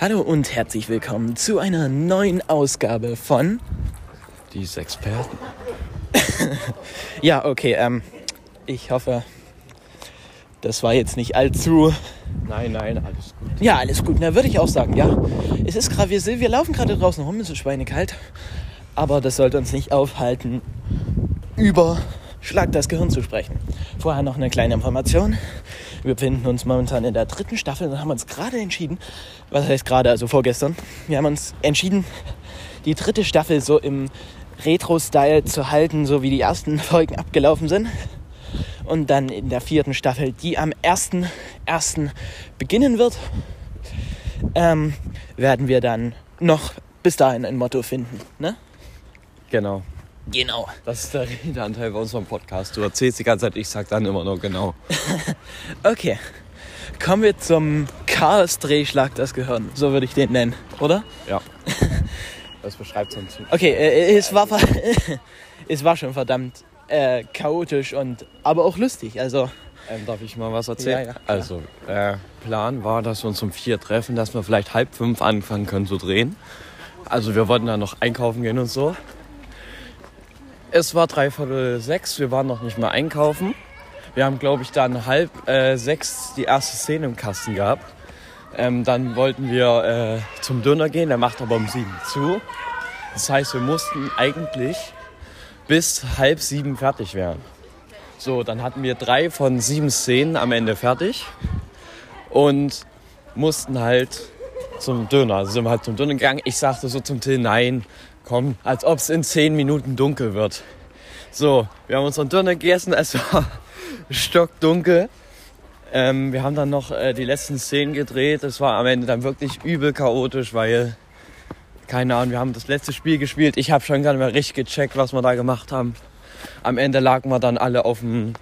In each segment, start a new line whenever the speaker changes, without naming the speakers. Hallo und herzlich willkommen zu einer neuen Ausgabe von.
Die Sexperten.
Ja, okay, ähm, ich hoffe, das war jetzt nicht allzu.
Nein, nein, alles gut.
Ja, alles gut, na, würde ich auch sagen, ja. Es ist gerade, wir, sind- wir laufen gerade draußen rum, es ist schweinekalt. Aber das sollte uns nicht aufhalten, über Schlag das Gehirn zu sprechen. Vorher noch eine kleine Information. Wir befinden uns momentan in der dritten Staffel und haben uns gerade entschieden, was heißt gerade, also vorgestern, wir haben uns entschieden, die dritte Staffel so im Retro-Style zu halten, so wie die ersten Folgen abgelaufen sind. Und dann in der vierten Staffel, die am 1.1. beginnen wird, ähm, werden wir dann noch bis dahin ein Motto finden. Ne?
Genau.
Genau.
Das ist der Redeanteil bei unserem Podcast. Du erzählst die ganze Zeit, ich sag dann immer nur genau.
Okay. Kommen wir zum Chaos-Drehschlag, das Gehirn. So würde ich den nennen, oder?
Ja. Das beschreibt so ein Typ.
Okay, äh, es, war, ver- es war schon verdammt äh, chaotisch und aber auch lustig. Also,
Ähm, darf ich mal was
Ja,
erzählen?
ja, klar.
also, äh, Plan war, dass wir uns um vier treffen, dass wir vielleicht halb fünf anfangen können zu drehen. Also, wir wollten dann noch einkaufen gehen und so. Es war dreiviertel sechs, wir waren noch nicht mal einkaufen. Wir haben, glaube ich, dann halb äh, sechs die erste Szene im Kasten gehabt. Ähm, dann wollten wir äh, zum Döner gehen, der macht aber um sieben zu. Das heißt, wir mussten eigentlich bis halb sieben fertig werden. So, dann hatten wir drei von sieben Szenen am Ende fertig und mussten halt zum Döner. Also sind wir halt zum Döner gegangen. Ich sagte so zum Till, nein, komm, als ob es in zehn Minuten dunkel wird. So, wir haben unseren Döner gegessen, es war stockdunkel. Ähm, wir haben dann noch äh, die letzten Szenen gedreht. Es war am Ende dann wirklich übel chaotisch, weil, keine Ahnung, wir haben das letzte Spiel gespielt. Ich habe schon gar nicht mehr richtig gecheckt, was wir da gemacht haben. Am Ende lagen wir dann alle auf dem,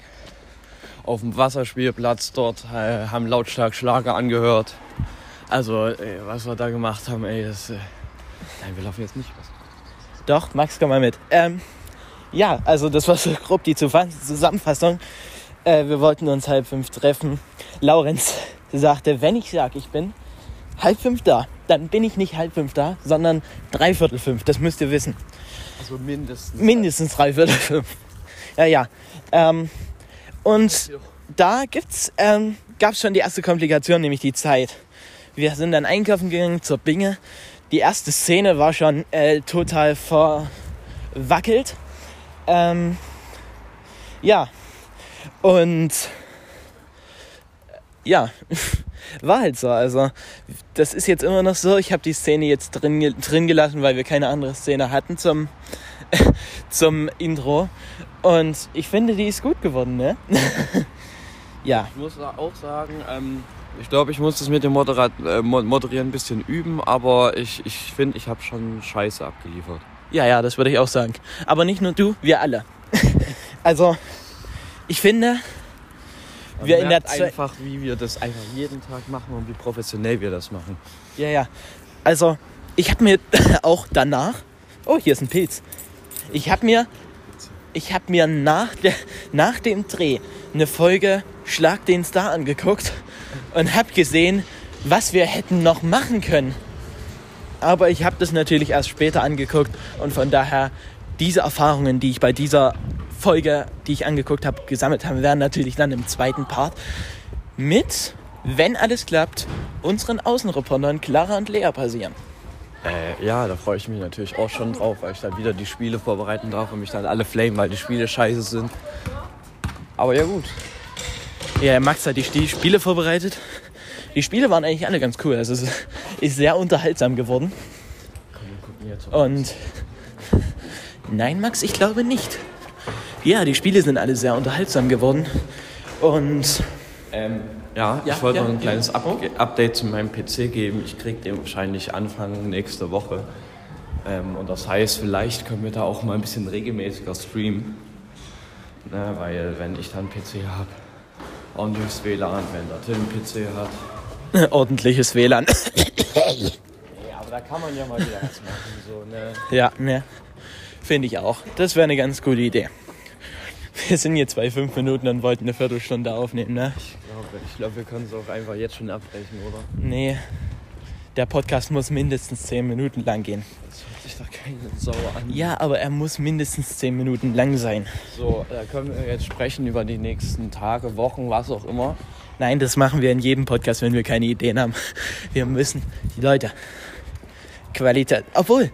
auf dem Wasserspielplatz dort, äh, haben lautstark Schlager angehört. Also, äh, was wir da gemacht haben, ey, das. Äh, nein, wir laufen jetzt nicht.
doch, Max, komm mal mit. Ähm, ja, also das war so grob die Zufa- Zusammenfassung. Äh, wir wollten uns halb fünf treffen. Laurenz sagte, wenn ich sag, ich bin halb fünf da, dann bin ich nicht halb fünf da, sondern dreiviertel fünf. Das müsst ihr wissen.
Also mindestens.
Mindestens drei Viertel fünf. Ja, ja. Ähm, und da gibt's, ähm, gab's schon die erste Komplikation, nämlich die Zeit. Wir sind dann einkaufen gegangen zur Binge. Die erste Szene war schon äh, total verwackelt. Ähm, ja. Und äh, ja, war halt so. Also, das ist jetzt immer noch so. Ich habe die Szene jetzt drin, ge- drin gelassen, weil wir keine andere Szene hatten zum, zum Intro. Und ich finde, die ist gut geworden, ne? ja.
Ich muss auch sagen, ähm, ich glaube, ich muss das mit dem Moderat äh, Mo- Moderieren ein bisschen üben, aber ich finde, ich, find, ich habe schon Scheiße abgeliefert.
Ja, ja, das würde ich auch sagen. Aber nicht nur du, wir alle. also, ich finde,
Man
Wir in
merkt
der Zeit-
einfach, wie wir das einfach jeden Tag machen und wie professionell wir das machen.
ja, ja. Also, ich habe mir auch danach. Oh, hier ist ein Pilz. Ich habe mir. Ich habe mir nach, der, nach dem Dreh eine Folge Schlag den Star angeguckt und habe gesehen, was wir hätten noch machen können. Aber ich habe das natürlich erst später angeguckt und von daher diese Erfahrungen, die ich bei dieser Folge, die ich angeguckt habe, gesammelt habe, werden natürlich dann im zweiten Part mit, wenn alles klappt, unseren Außenreportern Clara und Lea passieren.
Äh, ja, da freue ich mich natürlich auch schon drauf, weil ich dann wieder die Spiele vorbereiten darf und mich dann alle flamen, weil die Spiele scheiße sind. Aber ja gut.
Ja, Max hat die Stie- Spiele vorbereitet. Die Spiele waren eigentlich alle ganz cool. Also es ist sehr unterhaltsam geworden. Und nein, Max, ich glaube nicht. Ja, die Spiele sind alle sehr unterhaltsam geworden. Und
Ähm, Ja, Oh.
Ja,
ich wollte
ja,
noch ein kleines
ja.
Up Update zu meinem PC geben. Ich krieg den wahrscheinlich Anfang nächste Woche. Ähm, und das heißt, vielleicht können wir da auch mal ein bisschen regelmäßiger streamen. Ne, weil wenn ich dann PC habe und durchs WLAN, wenn der Tim PC hat.
ordentliches WLAN.
Ja, aber da kann man ja mal wieder was machen. So, ne?
Ja, ne. Finde ich auch. Das wäre eine ganz gute Idee. Wir sind jetzt bei fünf Minuten und wollten eine Viertelstunde aufnehmen, ne?
Ich glaube, ich glaub, wir können es auch einfach jetzt schon abbrechen, oder?
Nee. der Podcast muss mindestens 10 Minuten lang gehen.
Das hört sich doch keine Sau an.
Ja, aber er muss mindestens 10 Minuten lang sein.
So, da können wir jetzt sprechen über die nächsten Tage, Wochen, was auch immer.
Nein, das machen wir in jedem Podcast, wenn wir keine Ideen haben. Wir müssen die Leute Qualität. Obwohl,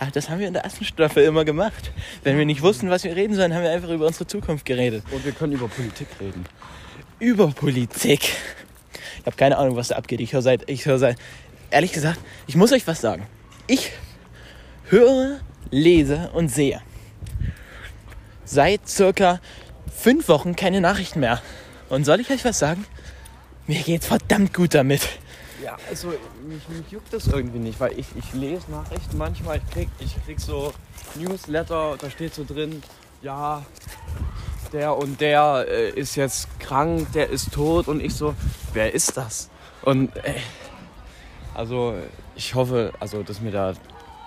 ja, das haben wir in der ersten Staffel immer gemacht. Wenn wir nicht wussten, was wir reden sollen, haben wir einfach über unsere Zukunft geredet.
Und wir können über Politik reden.
Über Politik. Ich habe keine Ahnung, was da abgeht. Ich höre seit, ich höre seit, ehrlich gesagt, ich muss euch was sagen. Ich höre, lese und sehe seit circa fünf Wochen keine Nachrichten mehr. Und soll ich euch was sagen? Mir geht's verdammt gut damit.
Ja, also mich, mich juckt das irgendwie nicht, weil ich, ich lese Nachrichten manchmal, ich krieg, ich krieg so Newsletter, da steht so drin, ja, der und der äh, ist jetzt krank, der ist tot und ich so, wer ist das? Und äh, also ich hoffe, also dass mir da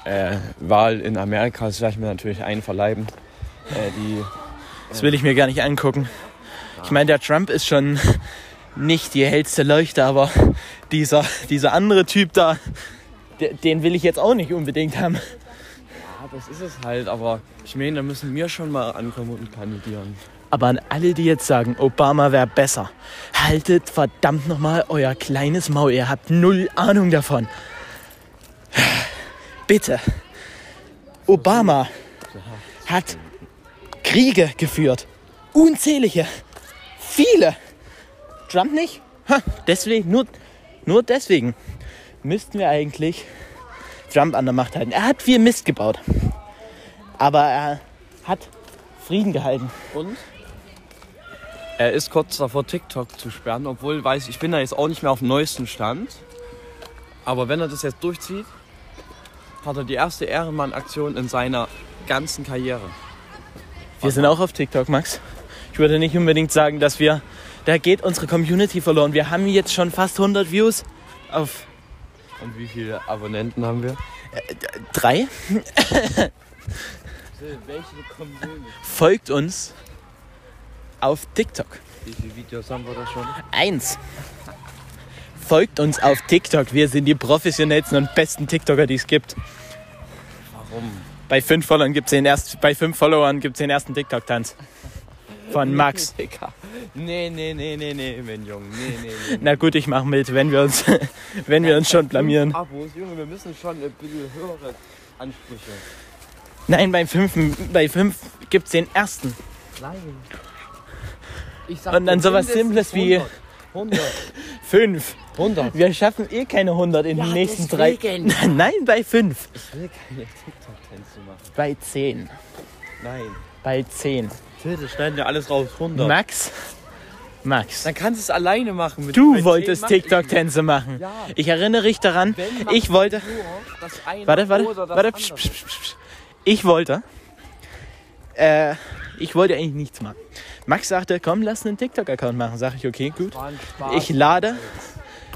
äh, Wahl in Amerika, das werde ich mir natürlich einverleiben, äh, die
Das will ich mir gar nicht angucken. Ich meine, der Trump ist schon nicht die hellste Leuchte, aber dieser, dieser andere Typ da, de- den will ich jetzt auch nicht unbedingt haben.
Ja, das ist es halt, aber ich meine, da müssen wir schon mal ankommen und kandidieren.
Aber an alle, die jetzt sagen, Obama wäre besser, haltet verdammt nochmal euer kleines Maul. Ihr habt null Ahnung davon. Bitte. Obama hat Kriege geführt. Unzählige. Viele. Trump nicht? Ha, deswegen, nur, nur deswegen müssten wir eigentlich Trump an der Macht halten. Er hat viel Mist gebaut. Aber er hat Frieden gehalten.
Und? Er ist kurz davor, TikTok zu sperren, obwohl weiß ich, bin da jetzt auch nicht mehr auf dem neuesten Stand. Aber wenn er das jetzt durchzieht, hat er die erste Ehrenmann-Aktion in seiner ganzen Karriere.
Wir sind auch auf TikTok, Max. Ich würde nicht unbedingt sagen, dass wir. Da geht unsere Community verloren. Wir haben jetzt schon fast 100 Views auf
Und wie viele Abonnenten haben wir?
drei.
Äh, Welche kommen
Folgt uns auf TikTok.
Wie viele Videos haben wir da schon?
Eins. Folgt uns auf TikTok. Wir sind die professionellsten und besten TikToker, die es gibt.
Warum?
Bei fünf Followern gibt's den erst, bei fünf Followern gibt's den ersten TikTok-Tanz von Max.
Digga. Nee, nee, nee, nee, nee, mein Junge. Nee, nee, nee.
Na gut, ich mache mit, wenn wir uns, wenn wir uns schon blamieren.
Abos, Junge, wir müssen schon ein bisschen höhere Ansprüche.
Nein, bei fünf, bei fünf gibt's den ersten.
Nein. Ich sag
Und dann sowas
mindestens
Simples wie-
100.
5.
100.
Wir schaffen eh keine 100 in den nächsten drei. Nein, bei 5.
Ich will keine TikTok-Tänze machen.
Bei 10.
Nein.
Bei 10.
Till, das schneiden wir alles raus. 100.
Max? Max.
Dann kannst du es alleine machen. Mit
Du
mit
wolltest
zehn mach ich
TikTok-Tänze machen.
Ja.
Ich erinnere dich daran.
Wenn, mach
Ich wollte.
nur das eine
Warte, warte,
oder das
warte.
andere.
Psch, psch, psch, psch. Ich wollte. Äh, ich wollte eigentlich nichts machen. Max sagte, komm, lass einen TikTok-Account machen. Sag ich, okay, gut.
War ein Spaß.
Ich lade.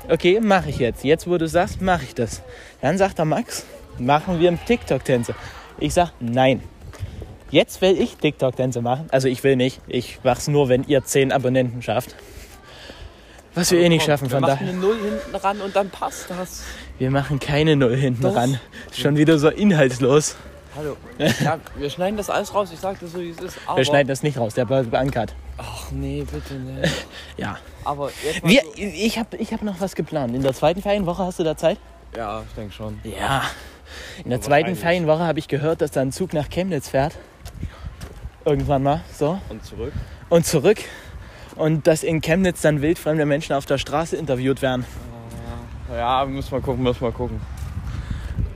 Okay, mache ich jetzt. Jetzt, wo du sagst, mache ich das. Dann sagt der Max, machen wir TikTok-Tänze. Ich sag, nein. Jetzt will ich TikTok-Tänze machen. Also ich will nicht. Ich mach's nur, wenn ihr 10 Abonnenten schafft. Was wir eh nicht
Komm,
schaffen,
wir
von
machen
daher.
eine Null hinten ran und dann passt das.
Wir machen keine Null hinten
Doch.
ran. Schon wieder so inhaltslos.
Hallo. Ja, wir schneiden das alles raus. Ich sag dir so, wie es ist. Aber
Wir schneiden das nicht raus, der bleibt beankert.
Ach nee, bitte nicht.
Ja.
Aber jetzt mal
Wir,
so.
ich habe ich hab noch was geplant. In der zweiten freien Woche hast du da Zeit?
Ja, ich denke schon.
Ja, in der zweiten
eigentlich.
freien Woche habe ich gehört, dass da ein Zug nach Chemnitz fährt. Irgendwann mal, so.
Und zurück.
Und zurück. Und dass in Chemnitz dann wildfremde Menschen auf der Straße interviewt werden.
Ja, muss mal gucken, muss mal gucken.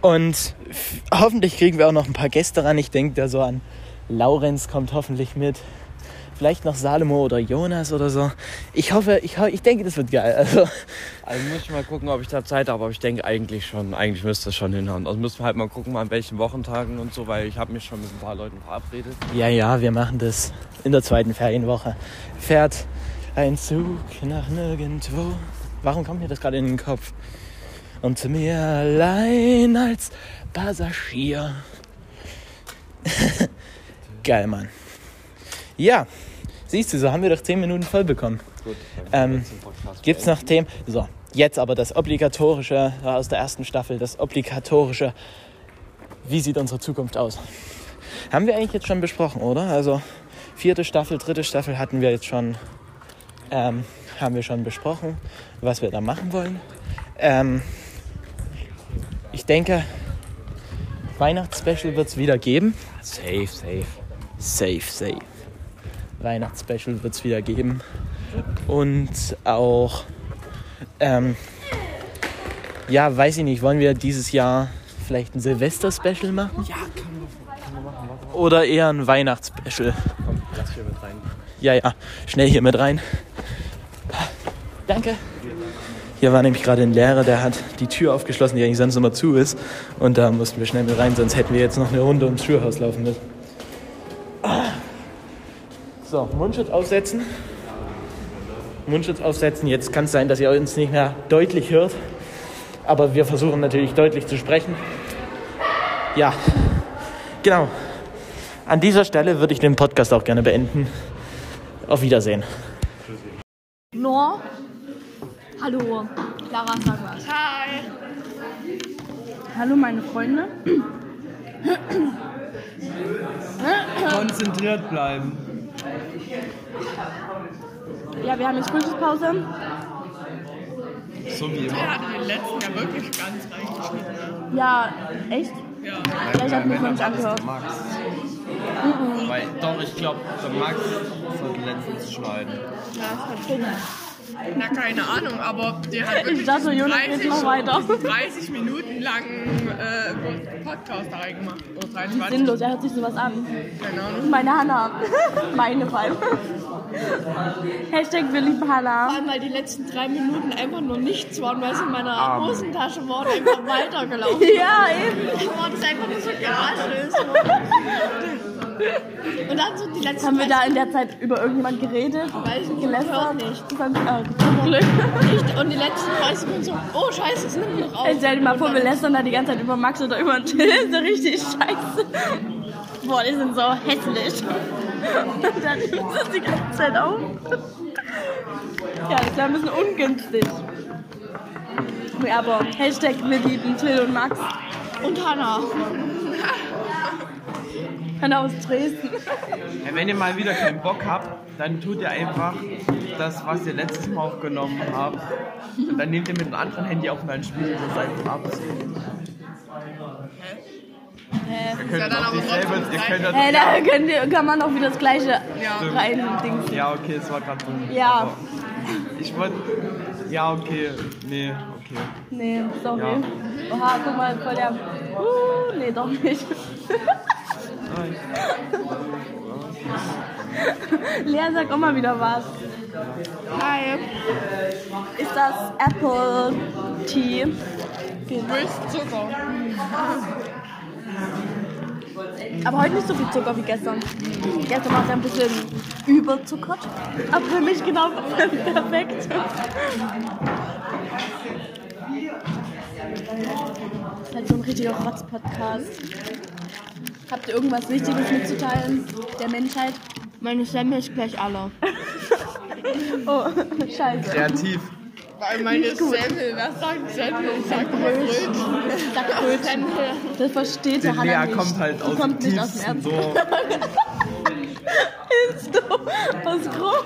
Und f- hoffentlich kriegen wir auch noch ein paar Gäste ran. Ich denke da so an Laurenz kommt hoffentlich mit. Vielleicht noch Salomo oder Jonas oder so. Ich hoffe, ich, ho ich denke, das wird geil. Also,
Also muss ich mal gucken, ob ich da Zeit habe, aber ich denke eigentlich schon, eigentlich müsste es schon hinhauen. Also müssen wir halt mal gucken, an welchen Wochentagen und so, weil ich habe mich schon mit ein paar Leuten verabredet.
ja, ja, wir machen das in der zweiten Ferienwoche. Fährt ein Zug nach nirgendwo. Warum kommt mir das gerade in den Kopf? Und zu mir allein als Passagier. Geil, Mann. Ja, siehst du, so haben wir doch 10 Minuten voll bekommen.
Gut.
Ähm, Gibt's noch Themen? So, Jetzt aber das obligatorische aus der ersten Staffel, das obligatorische. Wie sieht unsere Zukunft aus? Haben wir eigentlich jetzt schon besprochen, oder? Also vierte Staffel, dritte Staffel hatten wir jetzt schon, ähm, haben wir schon besprochen, was wir da machen wollen. Ähm, ich denke, Weihnachtsspecial wird es wieder geben.
Safe, safe.
Safe, safe. Weihnachtsspecial wird es wieder geben. Und auch, ähm, ja, weiß ich nicht, wollen wir dieses Jahr vielleicht ein Silvester-Special machen? Ja, Oder eher ein Weihnachtsspecial?
Komm, lass hier mit rein.
Ja, ja, schnell hier mit rein. Danke. Hier war nämlich gerade ein Lehrer, der hat die Tür aufgeschlossen, die eigentlich sonst immer zu ist. Und da mussten wir schnell mit rein, sonst hätten wir jetzt noch eine Runde ums Schulhaus laufen müssen. Ah. So, Mundschutz aufsetzen. Mundschutz aufsetzen. Jetzt kann es sein, dass ihr uns nicht mehr deutlich hört. Aber wir versuchen natürlich deutlich zu sprechen. Ja, genau. An dieser Stelle würde ich den Podcast auch gerne beenden. Auf Wiedersehen.
Nor. Hallo. Clara, sag was. Hi. Hallo, meine Freunde.
Konzentriert bleiben.
Ja, wir haben jetzt Frühstückspause.
So wie immer.
Ja, echt? Ja, ich habe mir vorhin nicht angehört. Mhm.
Max. Weil, doch, ich glaube, der Max sollte letztens schneiden.
Na, keine Ahnung, aber der hat wirklich
Ich dachte,
diesen
Jonas, jetzt mach weiter.
30 Minuten langen äh, Podcast da reingemacht. Oder 23,
Sinnlos, er hört sich sowas an.
keine Ahnung.
Meine Hanna. Meine vor allem. Hashtag wir lieben Hanna.
Vor allem, weil die letzten drei Minuten einfach nur nichts waren, weil es in meiner Hosentasche war und einfach weitergelaufen ist.
Ja, eben.
Da war das einfach nur so Garagenlösung. Und dann so die letzten
Haben wir da in der Zeit über irgendjemand geredet?
Weiß nicht,
Gelästert?
hört nicht.
Das ist ein- äh, Glück.
nicht und die letzten 30 Minuten so, oh scheiße, es nimmt noch auf.
Ey, stell dir mal vor, wir lästern da die ganze Zeit über Max oder über Till. Das ist ja richtig scheiße. Boah, die sind so hässlich. Und dann nimmt das die ganze Zeit auf. Ja, das ist ja ein bisschen ungünstig. Ja, Aber Hashtag wir lieben Till und Max.
Und Hannah.
Kann aus Dresden.
Ja, wenn ihr mal wieder keinen Bock habt, dann tut ihr einfach das, was ihr letztes Mal aufgenommen habt. Und dann nehmt ihr mit einem anderen Handy auf und dann spielt ihr das einfach ab. Ihr könnt
Ja, dann
auch
aber
dieselbe,
trotzdem
ihr könnt
Hey,
das,
da könnt ihr, kann man auch wieder das gleiche
Ja.
rein Dings.
ja, okay, es war gerade dumm.
Ja.
aber Ich wollte. Ja, okay. Nee, okay.
Nee, sorry.
Ja.
Oha, guck mal, voll der. Uh, nee, doch nicht. Lea sagt immer wieder was.
Hi.
Ist das Apple Tea?
Du willst Zucker.
Aber heute nicht so viel Zucker wie gestern. Gestern war es ein bisschen überzuckert. Aber für mich genau perfekt. Das ist halt so ein richtiger Rotz-Podcast. Habt ihr irgendwas Wichtiges mitzuteilen der Menschheit?
Meine Stemme ist gleich alle.
Oh, scheiße.
Kreativ.
Weil meine Semmel, was sagt Semmel? Sagt Brötchen.
Sack Brötchen. Das versteht
Die
der Hannah
Lea
nicht.
kommt halt
Die
aus
kommt
dem
nicht aus dem
tiefsten so.
Ernst. Aus Grob.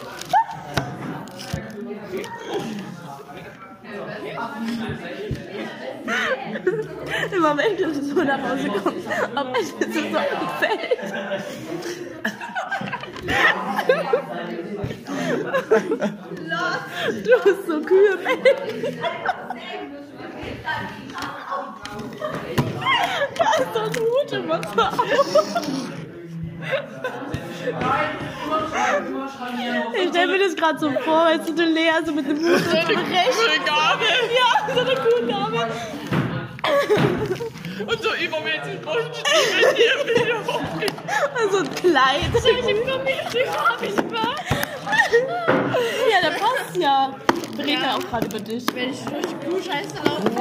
Immer wenn du so nach Hause kommst, ob ich das so am Feld. Du hast so Kühe, Mensch. Da ist doch ein Hut im Wasser. Ich stell mir das gerade so vor, weißt du, du Lea so mit einem Hut so rechts. Ja, so eine Kuhgabel.
Und so übermäßig Brötchen.
Und so Also ein Kleid. Solche Gummistücke hab ich mal. Ja, da passt ja. Wir reden ja auch gerade über dich.
Wenn ich durch Kuhscheiße laufe,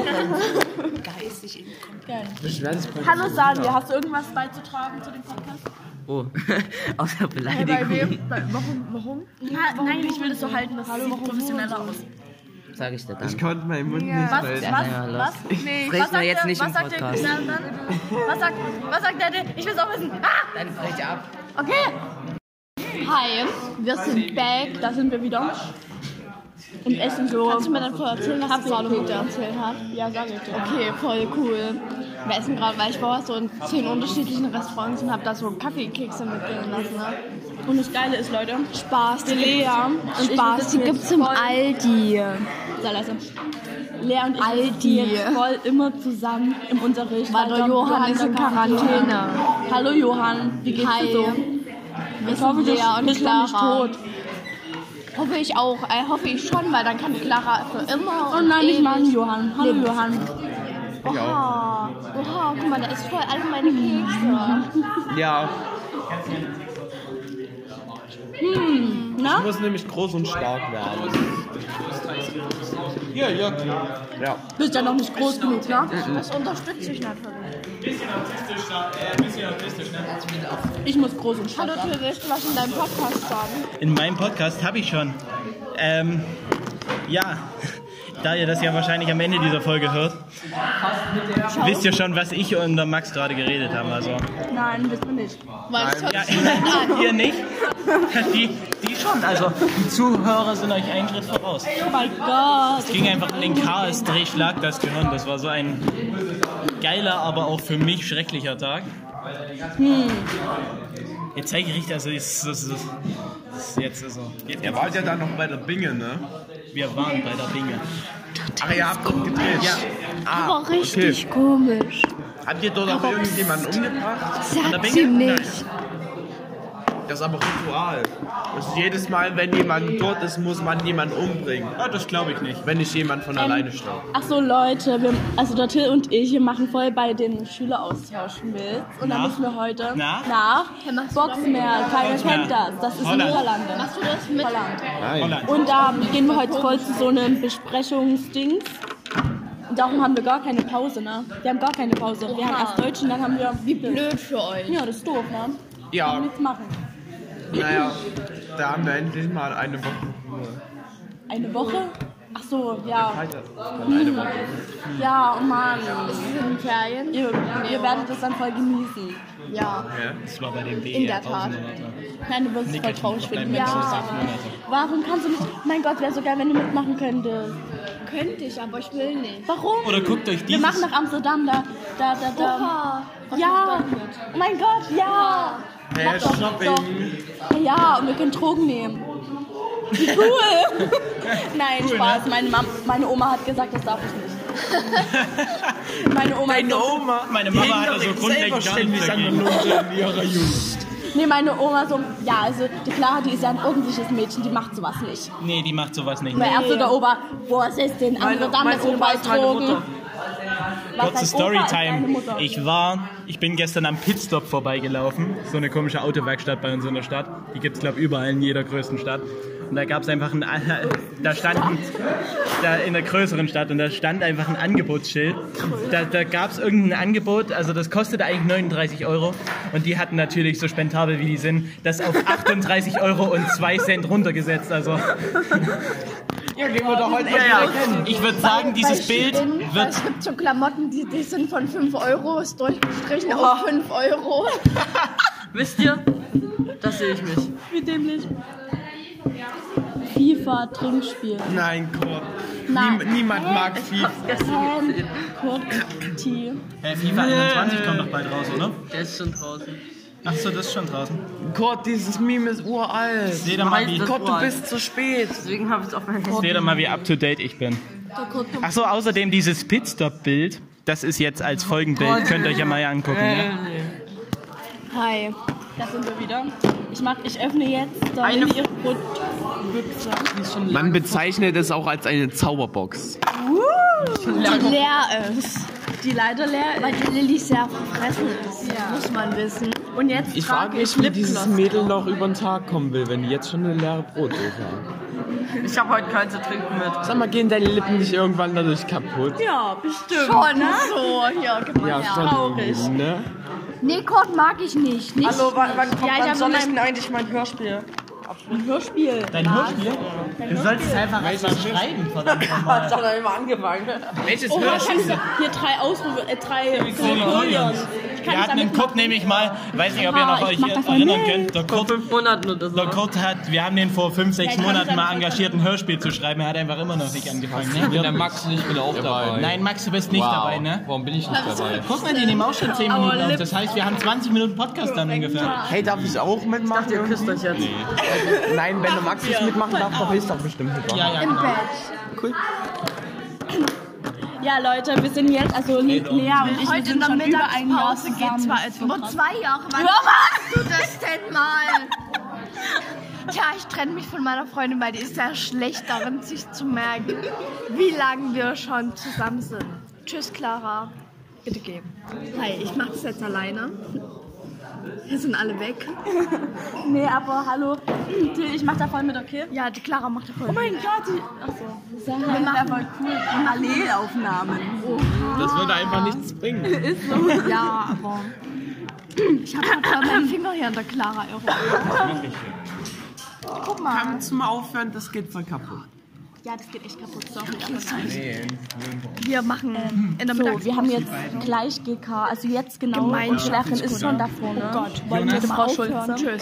Hallo Sanja, hast du irgendwas beizutragen zu dem Podcast?
Oh, aus der Beleidigung.
Nein, ich will das so halten, das sieht professioneller aus.
sage ich dir dann.
Ich konnte meinen Mund nicht
Was-
halten.
Was?
Ja,
was?
lass.
Nee.
Fräg's
Was
mir
sagt
jetzt
der?
nicht
was
im
sagt der?
Podcast.
Na, dann- Was sagt, was sagt der? Ich will's auch wissen. Ah!
Dann brech ab.
Okay. Hi, wir sind back. Da sind wir wieder. Und essen so.
Kannst du mir dann voll erzählen, was die Salome erzählt hat? Ja, sag ich dir. Okay, voll cool. Wir essen gerade, weil ich war so in zehn unterschiedlichen Restaurants und hab da so Kaffeekekse mitgehen lassen. Ne?
Und das Geile ist, Leute,
Spaß, die
Lea und ich
Spaß, die
sitzen jetzt
gibt's im
voll-
Aldi.
sei leise. Lea und ich sitzen
Aldi.
jetzt voll immer zusammen im Unterricht.
Weil der Johann ist in Quarantäne.
Hallo Johann, wie geht's dir
Hi.
so?
Wir
Ich hoffe,
sind
du
Lea und
bist noch nicht
Clara.
tot.
Hoffe ich auch. Äh, hoffe ich schon, weil dann kann Clara für immer.
Oh nein, ich
ewig-
meine Johann. Hallo Johann.
Oha. Oha, guck mal, da ist voll alle meine Kekse.
Ja, ich
Hm, Na?
muss nämlich groß und stark werden. Ja, ja, klar. Ja.
Bist ja noch nicht groß genug, ne?
Das unterstütze ich natürlich.
Ich muss groß und stark
Hallo, Till, willst du was in deinem Podcast sagen?
In meinem Podcast habe ich schon. Ähm, ja, da ihr das ja wahrscheinlich am Ende dieser Folge hört, wisst ihr schon, was ich und der Max gerade geredet haben. Also,
Nein, wissen wir nicht.
Weil es hört
ja,
sich niemand an.
ihr nicht? Die, die schon. Also, die Zuhörer sind euch einen Schritt voraus.
Oh mein Gott.
Es ging einfach an den Chaos-Drehschlag, das Gehirn. Das war so ein geiler, aber auch für mich schrecklicher Tag.
Hm.
Jetzt zeige ich richtig, also, es- es- es- es- jetzt ist er. Geht
Ihr wart ja dann noch bei der Binge, ne?
Wir waren bei der Binge.
Ach, ihr habt dort gedreht. Ja.
Aber richtig komisch.
Habt ihr dort auch irgendjemanden umgebracht?
der
Sag
Binge?
sie nicht.
Das ist aber Ritual. Das ist jedes Mal, wenn jemand dort ist, muss man jemanden umbringen.
Ah, das glaube ich nicht.
Wenn nicht jemand
Ähm,
von alleine stirbt.
Ach so, Leute, wir, also der Till und ich, wir machen voll bei den Schüleraustausch mit. Und dann
Na?
müssen wir heute
Na?
nach Boxmeer. Keiner
Boxmeer.
kennt das. Das ist
Holland.
in Niederlande. Machst du das mit? Holland.
Holland.
Und da gehen wir heute voll zu so einem Besprechungsdings. Und darum haben wir gar keine Pause, ne? Wir haben gar keine Pause. Wir haben erst Deutsch und dann haben wir... Wie blöd.
Blöd für euch.
Ja, das ist doof, ne?
Ja,
Nichts machen.
naja, da haben wir endlich mal eine Woche.
Eine Woche? Ach so, ja.
Dann eine Woche.
Ja, oh Mann.
Ist es in den Ferien?
Ihr, ihr werdet das dann voll genießen.
Ja.
Das war bei dem BE.
In der Tat.
Nein, du wirst voll
Nickerchen
traurig
auf deinem
finden.
Menschen
Ja.
sechs Monate.
Warum kannst du nicht? Mein Gott, wäre so geil, wenn du mitmachen könntest.
Könnte ich, aber ich will nicht.
Warum?
Oder guckt euch
Wir
dieses...
machen nach Amsterdam, da, da, da, da.
Oha.
Ja. Oh mein Gott, ja.
Hey,
Mach doch,
Shopping.
doch. Ja, und wir können Drogen nehmen. Wie cool. Nein, Spaß. Meine, Mam meine Oma hat gesagt, das darf ich nicht. meine Oma. hat so-
Oma, meine Mama hat da so grundlegend gar nichts dagegen.
Nee, meine Oma so, ja, also die Clara, die ist ja ein ordentliches Mädchen, die macht sowas nicht.
Nee, die macht sowas nicht.
Mein Ärzte oder Opa, boah, es ist denn Amsterdam,
mein
das sind
Opa
überall
ist meine
Drogen.
Mutter.
Kurze
Was dein Opa ist deine
Storytime.
Mutter.
Ich war, ich bin gestern am Pitstop vorbeigelaufen. So eine komische Autowerkstatt bei uns in der Stadt. Die gibt es, glaube ich, überall in jeder größten Stadt. Und da gab es einfach ein, da stand, ein- da in der größeren Stadt, und da stand einfach ein Angebotsschild. Da, da gab es irgendein Angebot, also das kostete eigentlich 39 Euro. Und die hatten natürlich, so spendabel wie die sind, das auf 38 Euro und 2 Cent runtergesetzt. Also
Ja, gehen wir doch heute
ich würde sagen, dieses Bild
Weil
wird
Es gibt so Klamotten, die, die sind von 5 Euro, ist durchgestrichen auf 5 Euro.
Wisst ihr? Das sehe ich mich.
Wie dämlich. FIFA-Trinkspiel.
Nein, Gott.
Nein.
Niem niemand mag FIFA.
Sam, Kurt, T.
Hey, FIFA 21 kommt doch bald raus, oder?
Der ist schon draußen.
Achso, das ist schon draußen.
Gott, dieses Meme ist uralt.
Seht ihr mal, wie,
Weiß das-
Gott, du bist zu spät.
Deswegen habe ich es auf meinem
seht ihr mal, wie up to date ich bin. Achso, außerdem dieses Pitstop-Bild, das ist jetzt als Folgenbild. Könnt ihr euch ja mal angucken.
Äh.
Ne?
Hi. Da sind wir wieder. Ich, mach, ich öffne jetzt da
Eine-
ihre Brotbüchse.
Man bezeichnet es auch als eine Zauberbox.
Die leer ist.
Die leider leer ist.
Weil die Lilly sehr verfressen ist. Muss man wissen.
Und jetzt
Ich
trage
frage mich, wie dieses Mädel noch über den Tag kommen will, wenn die jetzt schon eine leere Brotdose haben.
Ich habe heute keinen zu trinken mit.
Sag mal, gehen deine Lippen nicht irgendwann dadurch kaputt?
Ja, bestimmt.
Schon so, hier, guck mal.
Ja, schon.
traurig.
Ne?
Nee, Kurt mag ich nicht. nicht
Hallo, wann, wann kommt,
ja, ich
wann
hab
soll ich
mein-
denn eigentlich mein Hörspiel
Ein Hörspiel.
Dein Hörspiel? Du solltest einfach erstmal schreiben, verdammt nochmal.
Hat doch immer angefangen.
Welches
Oha,
Hörspiel?
kannst du Oh, hier drei Ausrufe, äh, drei
Kolibri.
Kolibri. Ich kann
Wir
nicht
hatten
damit
einen Kurt nämlich mal, weiß nicht, ob ihr
Oha,
noch
Ah, ich
euch
mach das mal
erinnern
mit.
könnt, der
Vor
Kurt,
fünf Monaten oder so.
der Kurt hat, wir haben den vor fünf, sechs
Vielleicht hab
Monaten
ich
mal
dann-
engagiert, ein Hörspiel zu schreiben, er hat einfach immer noch nicht angefangen. Ne?
Wenn der Max nicht, bin auch dabei.
Nein, Max, du bist nicht
wow.
dabei, ne?
Warum bin ich nicht dabei?
Guck mal, die nehmen auch schon 10 Minuten auf. Das heißt, wir haben 20 Minuten Podcast dann ungefähr.
Hey, darf ich auch mitmachen?
Ihr küsst euch jetzt.
Nein, wenn du Max nicht mitmachen darfst, darf ich doch bestimmt mitmachen.
Ja, ja,
Im
genau.
Bett. Cool. Ja, Leute, wir sind jetzt, also Lea und ich, wir
Heute
sind
in der
schon über ein Jahr
Mittagspause geht
zusammen.
zwar als
Vor zwei Jahren, wann
Ja,
machst du das denn mal? Tja, ich trenne mich von meiner Freundin, weil die ist sehr schlecht darin, sich zu merken, wie lange wir schon zusammen sind. Tschüss, Clara. Bitte geh. Hi, ich mache das jetzt alleine. Hier sind alle weg.
Nee, aber hallo. Till, Ich mach da voll mit, okay?
Ja, die Clara macht davon. Oh
mein Gott, die. Achso. Wir machen voll cool. Parallelaufnahmen.
Das würde einfach nichts bringen.
Ja, aber. Ich habe gerade meinen Finger hier an der Clara irre. Guck mal.
Zum Aufhören, das geht voll kaputt.
Ja, das geht echt kaputt. Sorry, aber nein. Wir machen in der
So,
Mittagspause.
wir haben jetzt gleich GK, also jetzt genau.
Gemein.
ne? Und Schlerin ist schon da vorne. Oh Gott, wollen wir das aufhören?
Tschüss.